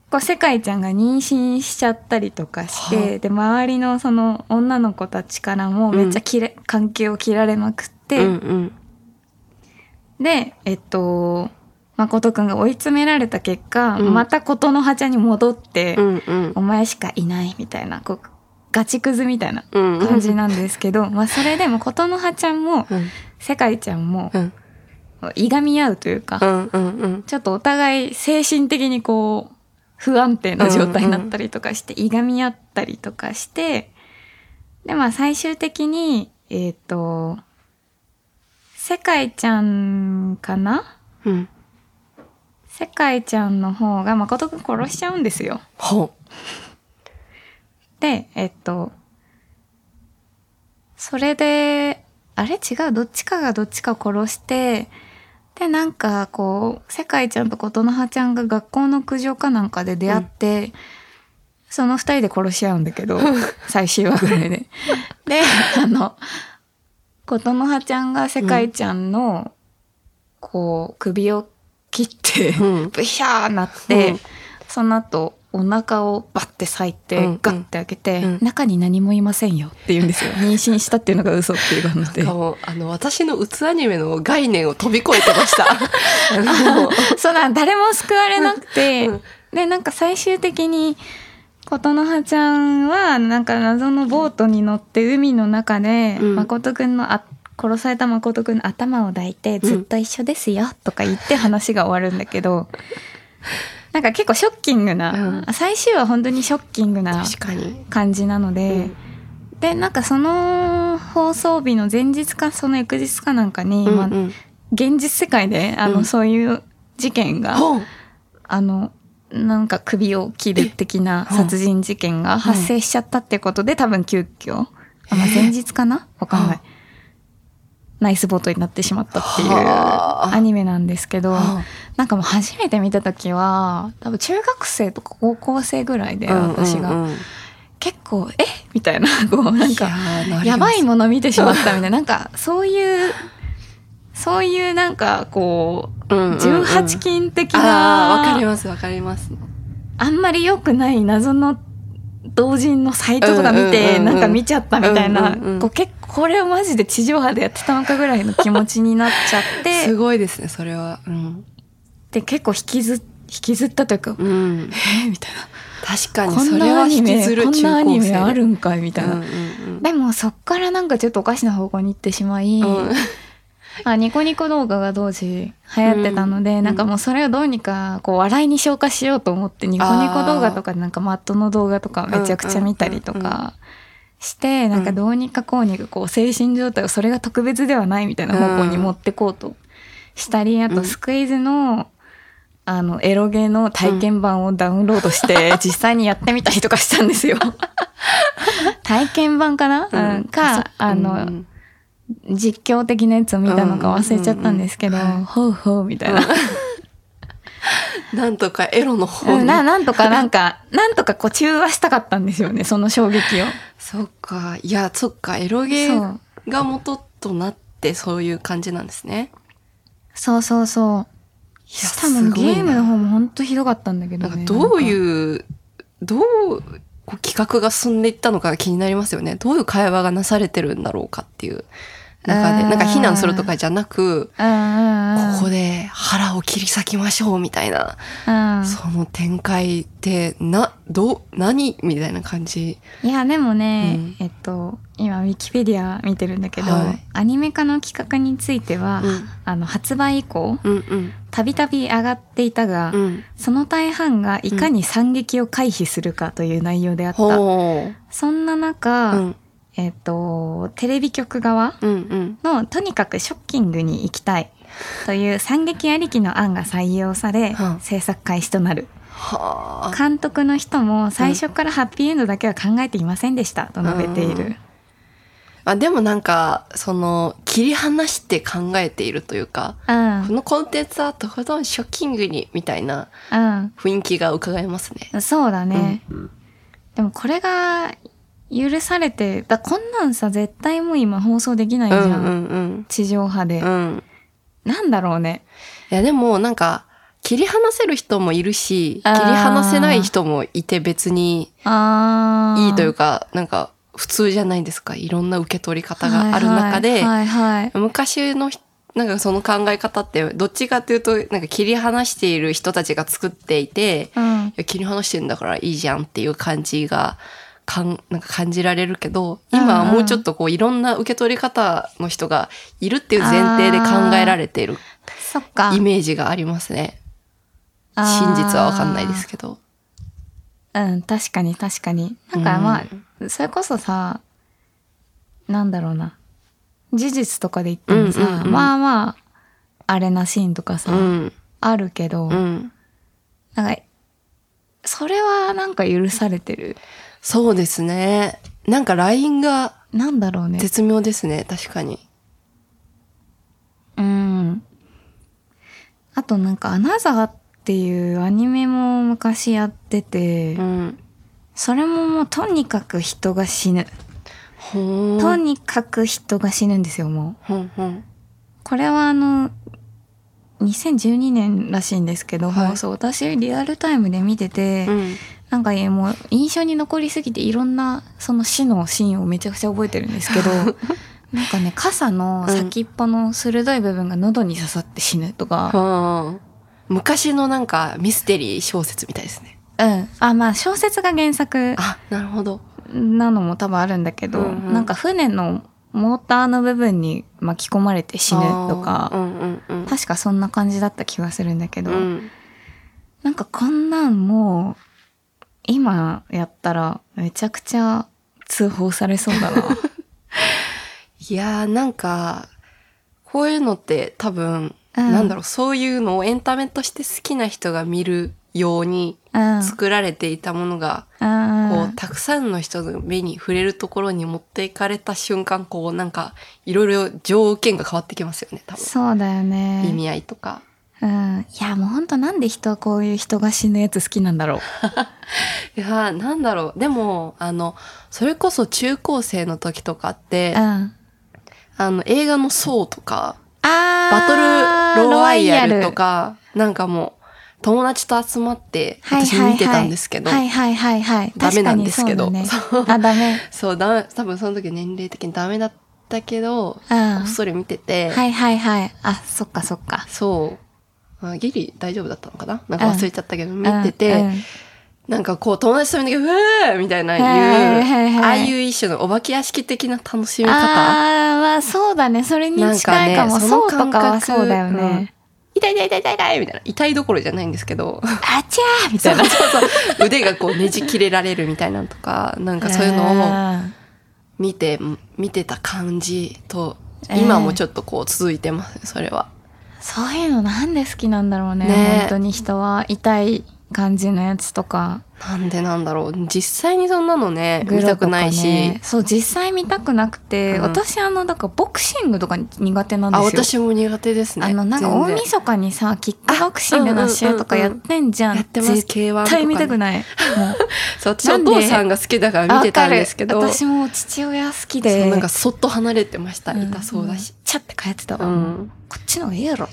S2: こう、世界ちゃんが妊娠しちゃったりとかして、
S1: は
S2: で、周りのその女の子たちからもめっちゃ切れ、関係を切られまくって、
S1: うんうん。
S2: で、えっと、誠くんが追い詰められた結果、
S1: うん
S2: また琴の葉ちゃんに戻って、
S1: うんうん。
S2: お前しかいないみたいな、こう、ガチクズみたいな
S1: うんうん。
S2: 感じなんですけど、まあそれでも琴の葉ちゃんも、
S1: うん。
S2: 世界ちゃんも
S1: う、ん。
S2: いがみ合うというか、
S1: うんうんうん。
S2: ちょっとお互い精神的にこう、不安定な状態になったりとかして、いがみ合ったりとかして、で、まあ最終的に、えっ、と、世界ちゃんかな
S1: うん。
S2: 世界ちゃんの方が誠くん殺しちゃうんですよ。
S1: ほ
S2: で、えっと、それで、あれ違う、どっちかがどっちかを殺して、で、なんか、こう、世界ちゃんと琴の葉ちゃんが学校の苦情かなんかで出会って、その二人で殺し合うんだけど、最終話ぐらいで。で、あの、琴の葉ちゃんが世界ちゃんの、こう、首を切って、
S1: う。うん。
S2: ブヒャーなって、
S1: うん
S2: その後お腹をバッて裂いて、
S1: うん
S2: ガッて開けて、
S1: うん
S2: 中に何もいませんよって言う んですよ妊娠したっていうのが嘘っていうので
S1: かもあの私のうつアニメの概念を飛び越えてました。あ のもう
S2: そうなん誰も救われなくて、
S1: うん
S2: でなんか最終的に琴の葉ちゃんはなんか謎のボートに乗って海の中で、
S1: うん
S2: 誠くんのあ殺された誠くんの頭を抱いてずっと一緒ですよとか言って話が終わるんだ けど、なんか結構ショッキングな、
S1: う
S2: 最終は本当にショッキングな
S1: 確かに。
S2: 感じなので、
S1: うん
S2: でなんかその放送日の前日かその翌日かなんかに、
S1: うん
S2: まあ
S1: うん
S2: 現実世界であの、
S1: うん
S2: そういう事件が、
S1: ほう
S2: あのなんか首を切る的な
S1: え
S2: 殺人事件が発生しちゃったってことで、多分急遽あ、まあ、前日かなわかんな。
S1: はい
S2: ナイスボートになってしまったっていう
S1: はあ
S2: アニメなんですけど、
S1: はあ
S2: なんかもう初めて見た時は、多分中学生とか高校生ぐらいで私が、
S1: うんうんうん
S2: 結構、えみたいな、 こう、なんか、
S1: いやー
S2: やばいもの見てしまったみたいな、なんか、そういう、そういうなんか、こう、
S1: うんうんうん
S2: 18禁的
S1: ああわ
S2: な、
S1: かりますわかります。
S2: あんまり良くない謎の同人のサイトとか見て、
S1: うんうんうんうん
S2: なんか見ちゃったみたいな、
S1: うんうんうん
S2: こう結構、これをマジで地上波でやってたのかぐらいの気持ちになっちゃっ
S1: す
S2: て、
S1: ごいですねそれは。うん
S2: で、結構引きず、引きずったというか、
S1: うん
S2: えーみたいな。
S1: 確かに
S2: こ
S1: そ
S2: ん
S1: れ
S2: な
S1: は
S2: アニ
S1: 引き
S2: メ、
S1: ず
S2: こ
S1: る
S2: ん
S1: 中
S2: なアニ
S1: 高生
S2: メあるんかいみたいな。
S1: うんうん
S2: でもそっからなんかちょっとおかしな方向に行ってしまい、
S1: うんうん
S2: あニコニコ動画が当時流行ってたので、
S1: うん
S2: なんかもうそれをどうにかこう笑いに消化しようと思ってニコニコ動画とかなんかマットの動画とかめちゃくちゃ見たりと
S1: うんうんうん
S2: かして、なんかどうにかこうにかこう精神状態をそれが特別ではないみたいな方向に持ってこうとしたり、あ
S1: う
S2: と
S1: ん
S2: スクイズのあのエロゲの体験版をダウンロードして実際にやってみたりとかしたんで すよ。体験版かな、
S1: うん
S2: うんか、あの、
S1: うん
S2: 実況的なやつを見たのか忘れちゃったんですけど、
S1: うんうんうん
S2: ほうほうみたいな。
S1: なんとかエロの方
S2: うん
S1: に。
S2: ななんとかなんかなんとかこう中和したかったんですよねその衝撃を。
S1: そっか。いや、そっか。エロゲ
S2: そ
S1: ー
S2: う
S1: が元となってそういう感じなんですね。
S2: そうそうそう。
S1: いや
S2: 多
S1: す
S2: 分
S1: ごい
S2: ゲ
S1: な
S2: ームの方も本当ひどかったんだけ
S1: な
S2: ど、
S1: んか
S2: ね、
S1: どう
S2: う
S1: いう、どうこう企画が進んでいったのかが気になりますよね。どういう会話がなされてるんだろうかっていう中で、
S2: あー
S1: なんか避難するとかじゃなく、
S2: うんうんうん
S1: ここで腹を切り裂きましょうみたいな、
S2: うん
S1: その展開って、な、どう、何みたいな感じ。
S2: いやでもね、
S1: うん
S2: えっと今ウィキペディア見てるんだけど、
S1: はい
S2: アニメ化の企画については、
S1: うん
S2: あの発売以降
S1: うんうん。
S2: たびたび上がっていたが、
S1: うん。
S2: その大半がいかに惨劇を回避するかという内容であった、
S1: ほ
S2: そんな
S1: う。
S2: 中、
S1: うん
S2: えっとテレビ局側
S1: うんうん。
S2: のとにかくショッキングに行きたいという惨劇ありきの案が採用され、
S1: うん
S2: 制作開始となる
S1: はあ。
S2: 監督の人も最初からハッピーエンドだけは考えていませんでしたと述べている、
S1: うんあでもなんか、その、切り離して考えているというか、
S2: うん
S1: このコンテンツはとことんショッキングに、みたいな
S2: う
S1: 雰囲気が伺えますね。
S2: ん、そうだね、でもこれが許されてだこんなんさ絶対もう今放送できないじ
S1: う
S2: ゃ
S1: ん
S2: ん、
S1: うん
S2: 地上波で、
S1: うん。うん。
S2: なんだろうね
S1: いやでもなんか、切り離せる人もいるし、切り
S2: あー
S1: 離せない人もいて別に
S2: あー
S1: いいというか、なんか普通じゃないですか。いろんな受け取り方がある中で、
S2: はいはい、はい
S1: 昔のひなんかその考え方って、どっちかっていうと、なんか切り離している人たちが作っていて、
S2: はいうん
S1: いや切り離してんだからいいじゃんっていう感じがかんなんか感じられるけど今はもうちょっとこういろんな受け取り方の人がいるっていう前提で考えられている
S2: そっか
S1: イメージがありますね
S2: あー
S1: 真実はわかんないですけど
S2: うん確かに確かになんかまあ、それこそさなんだろうな事実とかで言ってもさ、
S1: うんうんうん
S2: まあまああれなシーンとかさ、
S1: うん
S2: あるけ
S1: う
S2: ど、
S1: ん
S2: なんかそれはなんか許されてる
S1: そうですねなんかラインが
S2: なんだろうね
S1: 絶妙ですね確かに
S2: うんあとなんか「アナザー」っていうアニメも昔やってて、
S1: うん
S2: それももうとにかく人が死ぬ、
S1: ほ
S2: と
S1: ーん
S2: にかく人が死ぬんですよもう
S1: ほんほん
S2: これはあの2012年らしいんですけど、
S1: はい
S2: 放送私リアルタイムで見てて、
S1: うん
S2: なんかねもう印象に残りすぎていろんなその死のシーンをめちゃくちゃ覚えてるんで すけどなんかね傘の先っぽの鋭い部分が喉に刺さって死ぬとか、
S1: うん昔のなんかミステリー小説みたいですね
S2: うんあまあ小説が原作
S1: あなるほど
S2: なのも多分あるんだけど、
S1: うんうん
S2: なんか船のモーターの部分に巻き込まれて死ぬと
S1: あーう
S2: か、
S1: んうんうん
S2: 確かそんな感じだった気がするんだけど、
S1: うん
S2: なんかこんなんもう今やったらめちゃくちゃ通報されそうだな。
S1: いやーなんかこういうのって多分、
S2: うん
S1: なんだろうそういうのをエンタメとして好きな人が見るように
S2: うん
S1: 作られていたものが、こうたくさんの人の目に触れるところに持っていかれた瞬間こうなんかいろいろ条件が変わってきますよね多分
S2: そうだよね。
S1: 意味合いとか。
S2: うん。いやもうほんとなんで人はこういう人が死ぬやつ好きなんだろう。
S1: いやーなんだろうでもあのそれこそ中高生の時とかっ
S2: う
S1: て
S2: ん。あ
S1: あの映画の「層」とか
S2: あ
S1: バトルロワイヤルと。か、なんかもう、友達と集まって、私見てたんですけど、
S2: はいはいはいはい。
S1: ダメなんですけど
S2: 確かにそうだね、あダメ。
S1: そう、だ、多分その時年齢的にダメだったけど、
S2: うん。
S1: こっそり見てて、
S2: はいはいはい。あそっかそっか。
S1: そう、あギリ大丈夫だったのかななんか忘れちゃったけど、見てて、
S2: うんうん
S1: なんかこう友達と見て、うわーみたいないう、
S2: はいはいはい
S1: ああいう一種のお化け屋敷的な楽しみ方。
S2: ああまあそうだねそれに近い
S1: な
S2: かも、
S1: んかね
S2: そう
S1: そ
S2: と
S1: の感覚
S2: かはそうだよね、
S1: 痛い痛い痛い痛い痛いみたいな。痛いどころじゃないんですけど。
S2: あちゃーみたいな
S1: そうそう。腕がこうねじ切れられるみたいなのとか、なんかそういうのを見て、見てた感じと、
S2: ええ
S1: 今もちょっとこう続いてますね、それは。
S2: そういうのなんで好きなんだろうね
S1: ね
S2: 本当に人は痛い感じのやつとか
S1: なんでなんだろう実際にそんなのね
S2: グ
S1: 見
S2: ロ
S1: た
S2: とか
S1: く
S2: ね
S1: ないし、
S2: そう実際見たくなくて、
S1: うん
S2: 私あのだからボクシングとか苦手なんです
S1: あ
S2: よ
S1: 私も苦手ですね
S2: あのなんか
S1: 全
S2: 大
S1: 然
S2: 晦日にさキックボクシングの試合とかやってんじゃん,、
S1: やってます
S2: 絶
S1: K1 とか、
S2: 対
S1: ね、
S2: 見たく
S1: い
S2: ないも
S1: そう私お父さんが好きだか
S2: う
S1: ら見てたんですけど
S2: わかる私も父親好きで
S1: そうなんかそっと離れてました、
S2: うん
S1: 痛そうだし、
S2: チャって帰ってた
S1: う
S2: わ、
S1: ん、
S2: こっちの方がいいやろ、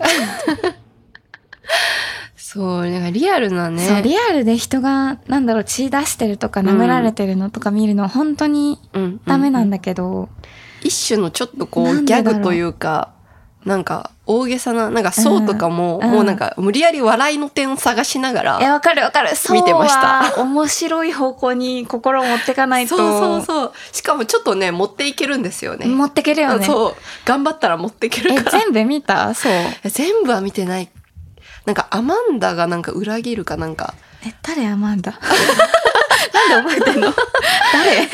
S1: そうなんかリアルなね
S2: そうリアルで人がなんだろう血出してるとか
S1: うん
S2: 舐められてるのとか見るの本当に
S1: うん
S2: ダメなん
S1: だ、
S2: だけど、
S1: 一種のちょっとこ
S2: な
S1: うんギ
S2: でだ
S1: ャ
S2: ろう
S1: グというかなんか大げさななんかそうとかも、
S2: うん
S1: もうなんか無理やり笑いの点を探しながら、
S2: えわかるわかるそう
S1: 見てました
S2: は面白い方向に心を持ってかない
S1: そ
S2: と
S1: うそうそうしかもちょっとね持っていけるんですよね
S2: 持ってけるよね
S1: そう頑張ったら持っていけ
S2: え
S1: るから
S2: 全部見たそう
S1: え全部は見てないなんかアマンダがなんか裏切るかなんか
S2: え誰アマンダなんで覚えてんの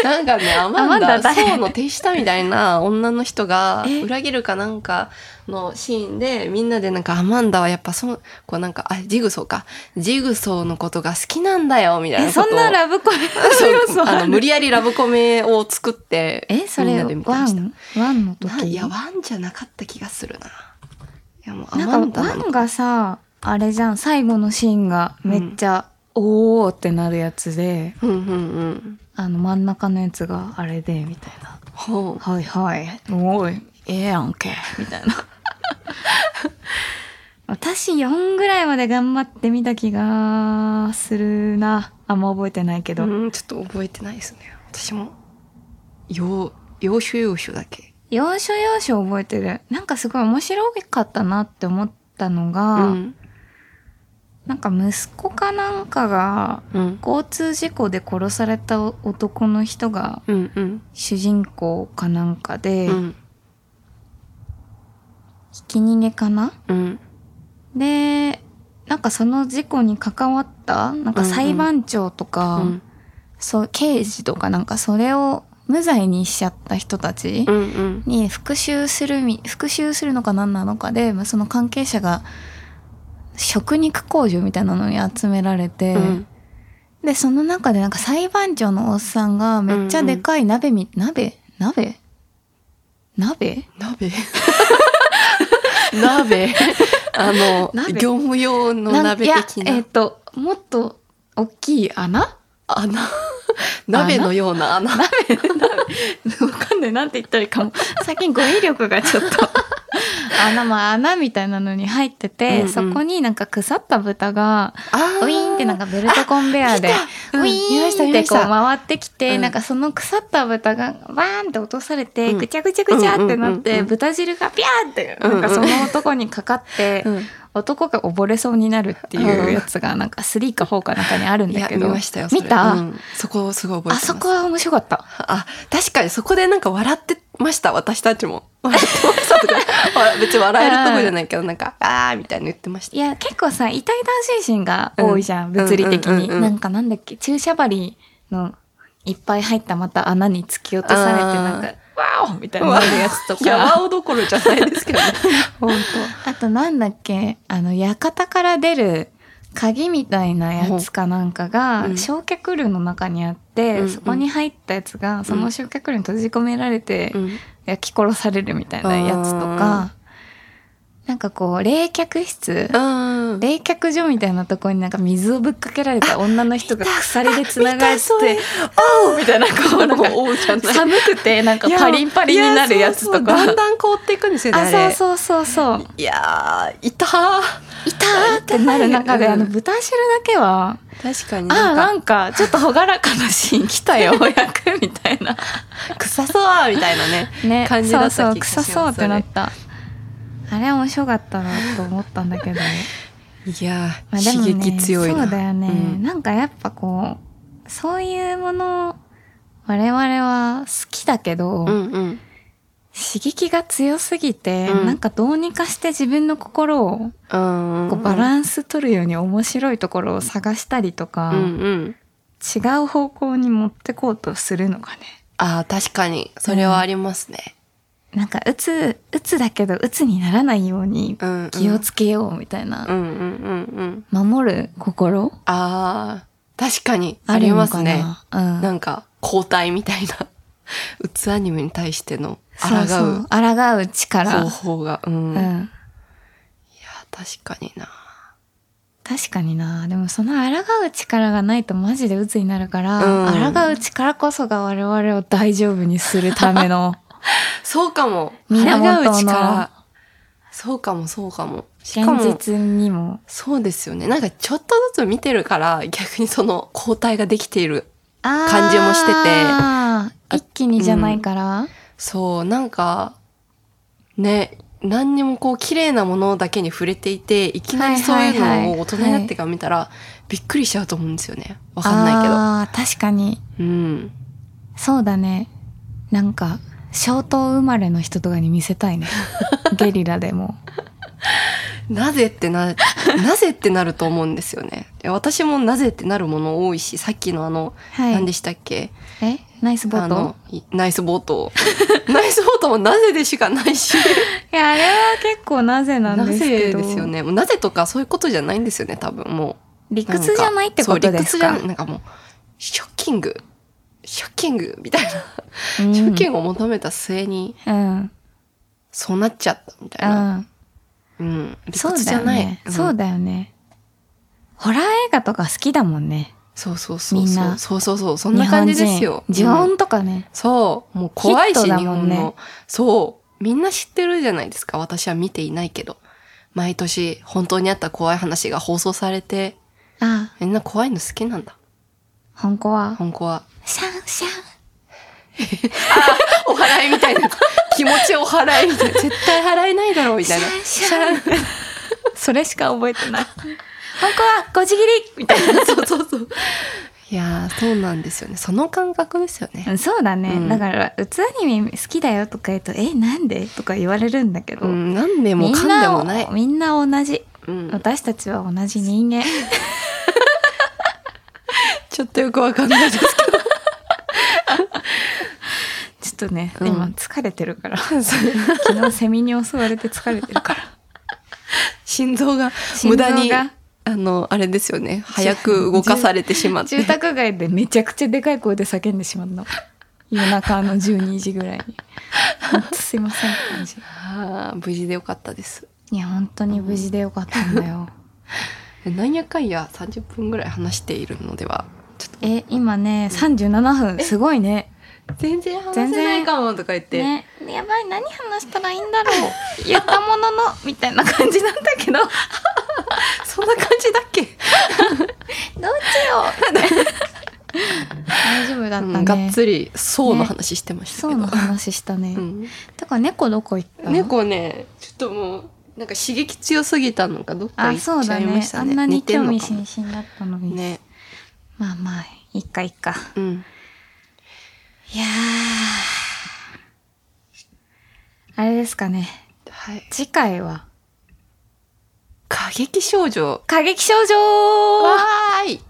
S2: 誰
S1: なんかね、アマン
S2: アマ
S1: ダ、
S2: ンダ誰
S1: そうの手下みたいな女の人が
S2: え
S1: 裏切るかなんかのシーンで、みんなでなんかアマンダはやっぱそう、こうなんか、あ、ジグソーか。ジグソーのことが好きなんだよ、みたい
S2: え
S1: なことを。
S2: そんなラブコメの要
S1: そ
S2: 素
S1: うあ
S2: あ
S1: の無
S2: る
S1: 理やりラブコメを作って
S2: えそ
S1: みん
S2: れ
S1: なで見てま
S2: ワ
S1: した
S2: ンワンの
S1: な
S2: 時
S1: いやワンじゃなかった気がするないやもうアマ
S2: なん
S1: ン
S2: か
S1: ダ
S2: ワ
S1: なの
S2: ンがさあれじゃん最後のシーンがめっちゃ、おーってなるやつで
S1: うんうんうん
S2: あの真ん中のやつがあれでみたいな
S1: ほう
S2: はいはい。おい、ええやんけ。みたいな。 私4ぐらいまで頑張ってみた気がするな。あんま覚えてないけど。
S1: うんちょっと覚えてないですね私も要要所要所だけ
S2: 要所要所覚えてる。なんかすごい面白かったなって思ったの
S1: う
S2: が、
S1: ん
S2: なんか息子かなんかが
S1: うん
S2: 交通事故で殺された男の人が
S1: うんうん
S2: 主人公かなんかで、
S1: うん
S2: ひき逃げかな
S1: うん
S2: でなんかその事故に関わったなんか裁判長とか、
S1: うん
S2: そう刑事とかなんかそれを無罪にしちゃった人たち
S1: うんうん
S2: に復讐するみ復讐するのか何なのかで、まあ、その関係者が食肉工場みたいなのに集められて、
S1: うん
S2: でその中でなんか裁判長のおっさんがめっちゃでかい鍋み、鍋鍋鍋
S1: 鍋鍋あの
S2: 鍋
S1: 業務用の鍋的
S2: いやえっ、
S1: な
S2: ともっと大きい穴
S1: 穴鍋のような穴
S2: わかんない。なんて言ったらいい かも。最近語彙力がちょっと。 穴、まあ穴みたいなのに入ってて、
S1: うんうん
S2: そこになんか腐った豚が、ウィーンってなんかベルトコンベアで、ウ
S1: あ
S2: ィ
S1: 見ました
S2: ーンってこう
S1: 見ました
S2: 回ってきて、
S1: うん
S2: なんかその腐った豚がバーンって落とされて、
S1: うん
S2: ぐちゃぐちゃぐちゃっ
S1: う
S2: てなっ
S1: んうんうん
S2: て、
S1: うん
S2: 豚汁がピャーって、
S1: うん
S2: な
S1: うん
S2: んかその男にかかって、
S1: うん
S2: 男が溺れそうになるっていうやつが、なんか3か4かなんかにあるん
S1: いや
S2: だけ
S1: 見
S2: ど、
S1: ましたよそれ
S2: 見た
S1: うんそこをすごい覚えてま
S2: あ
S1: す
S2: そこは面白かった。
S1: あ確かにそこでなんか笑ってました私たちも笑ってましたとか笑別に笑えるとこじゃないけどなんかあーみたいな言ってました
S2: いや結構さ痛々しいシーンが多いじゃ
S1: う
S2: ん、
S1: ん
S2: 物理的
S1: う
S2: に、
S1: んうんうんうん
S2: なんかなんだっけ注射針のいっぱい入ったまた穴に突き落とされて
S1: あー
S2: なんか「ワオ!」みたいになるやつと
S1: いや
S2: か
S1: ワオどころじゃないですけどね本
S2: あとなんだっけあの館から出る鍵みたいなやつかなんかが、
S1: うん
S2: 焼却炉の中にあって、
S1: うんうん
S2: そこに入ったやつがその焼却炉に閉じ込められて、
S1: 当、うん
S2: 焼き殺されるみたいなやつとかなんかこう冷却室
S1: うん
S2: 冷却所みたいなところになんか水をぶっかけられた女の人が鎖で繋がれ
S1: 見た見た
S2: て
S1: それ
S2: て「おう!」みたいなこうなんか
S1: 王じゃない
S2: 寒くてなんかパリンパリンになるやつ
S1: い
S2: と
S1: やそうそうだん
S2: か。
S1: だん凍っていくんですよね
S2: あそう
S1: う
S2: そうそうそう
S1: いやーいたー
S2: 「いた!」ってなる中で
S1: うん
S2: あの豚汁だけは
S1: 確か
S2: 「
S1: に
S2: ああ
S1: な
S2: ーなんんかちょっと朗らかなシーン来たようやく」みたいな
S1: か臭そうわーみたいな ね
S2: ね
S1: 感じだった気がし
S2: そ
S1: ま
S2: うそう
S1: す
S2: 臭そうってなったあれは面白かったなと思ったんだ けど。
S1: いやー、
S2: まあでもね
S1: 刺激強いな
S2: そうだよね、
S1: うん
S2: なんかやっぱこうそういうもの我々は好きだけ
S1: う
S2: ど、
S1: んうん
S2: 刺激が強すぎて、
S1: うん
S2: なんかどうにかして自分の心を
S1: うん
S2: こうバランス取るように面白いところを探したりとか、
S1: うんうん
S2: 違う方向に持ってこうとするのがね
S1: あー確かにそれはありますね、
S2: なんかうつうつだけどうつにならないように
S1: うんうん
S2: 気をつけようみたい
S1: うん
S2: な、
S1: うんうんうん。
S2: 守る心
S1: あー、確かにあ
S2: あ
S1: り
S2: る
S1: ま
S2: の
S1: す
S2: か
S1: ね。
S2: な。うん
S1: なんか、交代みたいな、うつアニメに対しての
S2: そうそ
S1: 抗
S2: う抗う
S1: う
S2: 力
S1: 方法が。うん。
S2: う
S1: いや、
S2: ん、
S1: 確かにな。
S2: 確かになでもその抗う力がないとマジで鬱になるから、
S1: うん
S2: 抗う力こそが我々を大丈夫にするための
S1: そうかも。
S2: 源の
S1: 抗う力。そうかも、そうかも。 し
S2: 現
S1: かも、
S2: 実にも
S1: そうですよね。なんかちょっとずつ見てるから、逆にその交代ができている。 感じもしてて
S2: て一気にじゃないから、
S1: そう、なんか、ね、何にもこう綺麗なものだけに触れていて、いきなりそういう
S2: はいはい
S1: の
S2: はい
S1: を大人になってから見たら、びっくりしちゃうと思うんですよね。わかんない
S2: あー確かに
S1: けど。うん。
S2: そうだねなんか小島生まれの人とかに見せた いねゲリラでも
S1: なぜってな、 なぜってなると思うんですよね。いや私もなぜってなるもの多いし、さっきのあの、
S2: はい
S1: 何でしたっけ
S2: えナイスボ
S1: あ
S2: ート
S1: の、いナイスボート。 ナイスボートもなぜでしかないし。
S2: いやあれは結構なぜなん
S1: な
S2: です
S1: ぜ
S2: けど
S1: ですよね。もうなぜとかそういうことじゃないんですよね、多分もう。
S2: 理屈じゃないってことで
S1: そう理屈
S2: すか
S1: じゃなんかもう、ショッキング、ショッキングみたいな、
S2: うん
S1: ショッキングを求めた末に、
S2: うん
S1: そうなっちゃったみたいな。
S2: うん
S1: うん。理
S2: そう
S1: 屈じ
S2: だ
S1: ゃ
S2: よ
S1: ない。
S2: ね、
S1: うん
S2: そうだよねホラー映画とか好きだもんね
S1: そうそうそう
S2: みん
S1: そう。
S2: な
S1: そうそうそう。そんな感じですよ。
S2: 日本人
S1: う
S2: 呪
S1: ん
S2: 音とかね、
S1: そう。もう怖いし、
S2: ヒットだ
S1: 日
S2: もん
S1: 本
S2: ね
S1: の。そう。みんな知ってるじゃないですか。私は見ていないけど。毎年、本当にあった怖い話が放送されて、
S2: あ
S1: みんな怖いの好きなんだ。
S2: 本校は
S1: 本当は。
S2: シャンシャン
S1: お払いみた いな。気持ちお払いみたいな。絶対払えないだろうみたいな。
S2: シャンシャン それしか覚えてない 本校はごちぎりみたい
S1: そうそうそう。いやー、そうなんですよね。その感覚ですよね。
S2: な そうだね、
S1: うん
S2: だからうつアニメ好きだよとか言うとえなんでとか言われるんだけど、
S1: うん、なんでも
S2: み
S1: か
S2: ん
S1: んで
S2: な
S1: も
S2: を
S1: ない。
S2: みんな同じ
S1: うん、
S2: 私たちは同じ人間
S1: ちょっとよくわかんないですけ
S2: ちょっとね、
S1: うん
S2: 今疲れてる から
S1: ど
S2: 昨日セミに襲われて疲れてるから
S1: 心臓が無
S2: 心臓
S1: 駄
S2: が
S1: に、あの、あれですよね。早く動かされてし まって
S2: 住。宅街でめちゃくちゃでかい声で叫んでしまったの夜中の12時ぐらい にほんとすいませんって感じ
S1: あー無事でよかったです。
S2: いや本当に無事でよかったんだよ
S1: なんやかんや30分ぐらい話しているのでは、ちょっ
S2: え今ね37分すごいね
S1: と全然話
S2: 全
S1: せ
S2: 然
S1: ないかもとか言って、
S2: ねやばい何話したらいいんだろう言ったものの みたいな感じなんだけどどっ
S1: そんな感じだっけ
S2: ちよ 大丈夫だったね、
S1: うんがっつり層の話してました
S2: そ
S1: け
S2: う
S1: ど、
S2: の話したね、
S1: うん
S2: てか猫どこ行った
S1: 猫ねちょっともうなんか刺激強すぎたのかどっか
S2: あ
S1: 行
S2: そ
S1: っ
S2: う
S1: ち
S2: だ
S1: ゃいま
S2: ね
S1: し
S2: あ
S1: たね
S2: んなに
S1: 寝て
S2: 興
S1: の
S2: 味
S1: かも
S2: 津々だったのに
S1: ね
S2: まあまあいっかいっか
S1: うん
S2: いやーあれですかね
S1: はい
S2: 次回は
S1: 過激少女
S2: 過激少
S1: わ
S2: 女
S1: ーい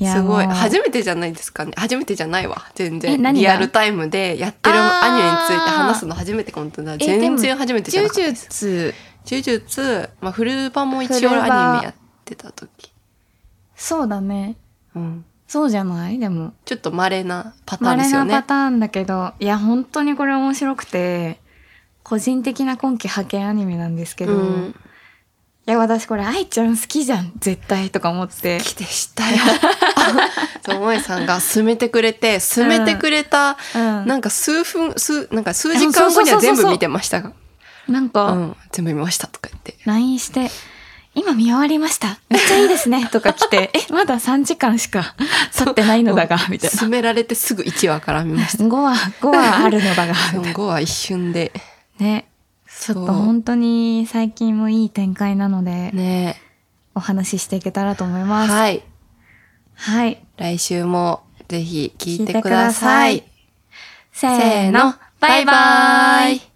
S2: いや
S1: すごい
S2: もう
S1: 初めてじゃないですかね初めてじゃないわ全
S2: え
S1: 然
S2: 何が
S1: リアルタイムでやってる
S2: あー
S1: アニメについて話すの初めてかもだ
S2: えで
S1: 全
S2: も
S1: 然初めてじゃなかった
S2: 呪
S1: です
S2: 術
S1: 呪術、まあ、フルバも一応
S2: フルバ
S1: アニメやってた時、
S2: そうだね
S1: うん、
S2: そうじゃないでも
S1: ちょっと稀なパターンで
S2: 稀
S1: すよ
S2: な
S1: ね
S2: パターンだけどいや本当にこれ面白くて個人的な今季派遣アニメなんですけど、
S1: うん
S2: いや私これ愛ちゃん好きじゃん絶対とか思って
S1: 好きでしたよ。 そう、萌えさんが勧めてくれて、勧めてくれた、
S2: うん
S1: なんか数分、数、なんか数時間後には
S2: そうそうそうそう
S1: 全部見てましたが、
S2: なんか、
S1: うん、全部見ましたとか言って。
S2: LINE して、今見終わりました。めっちゃいいです ね。とか来て、え、まだ3時間しか経ってないのだが、みたいな。
S1: 勧められてすぐ1話から見まし
S2: 5話、5話あるのだが、
S1: た。 でも5話一瞬で。
S2: ね。
S1: ちょ
S2: 本当に最近もいい展開なので、
S1: ね
S2: お話ししていけたらと思い
S1: え
S2: ます。はい。
S1: はい。来週もぜひ聞いてくださ
S2: 聞い
S1: い
S2: てください。せ
S1: せー
S2: ー
S1: の
S2: の、、バイバーイ。
S1: イ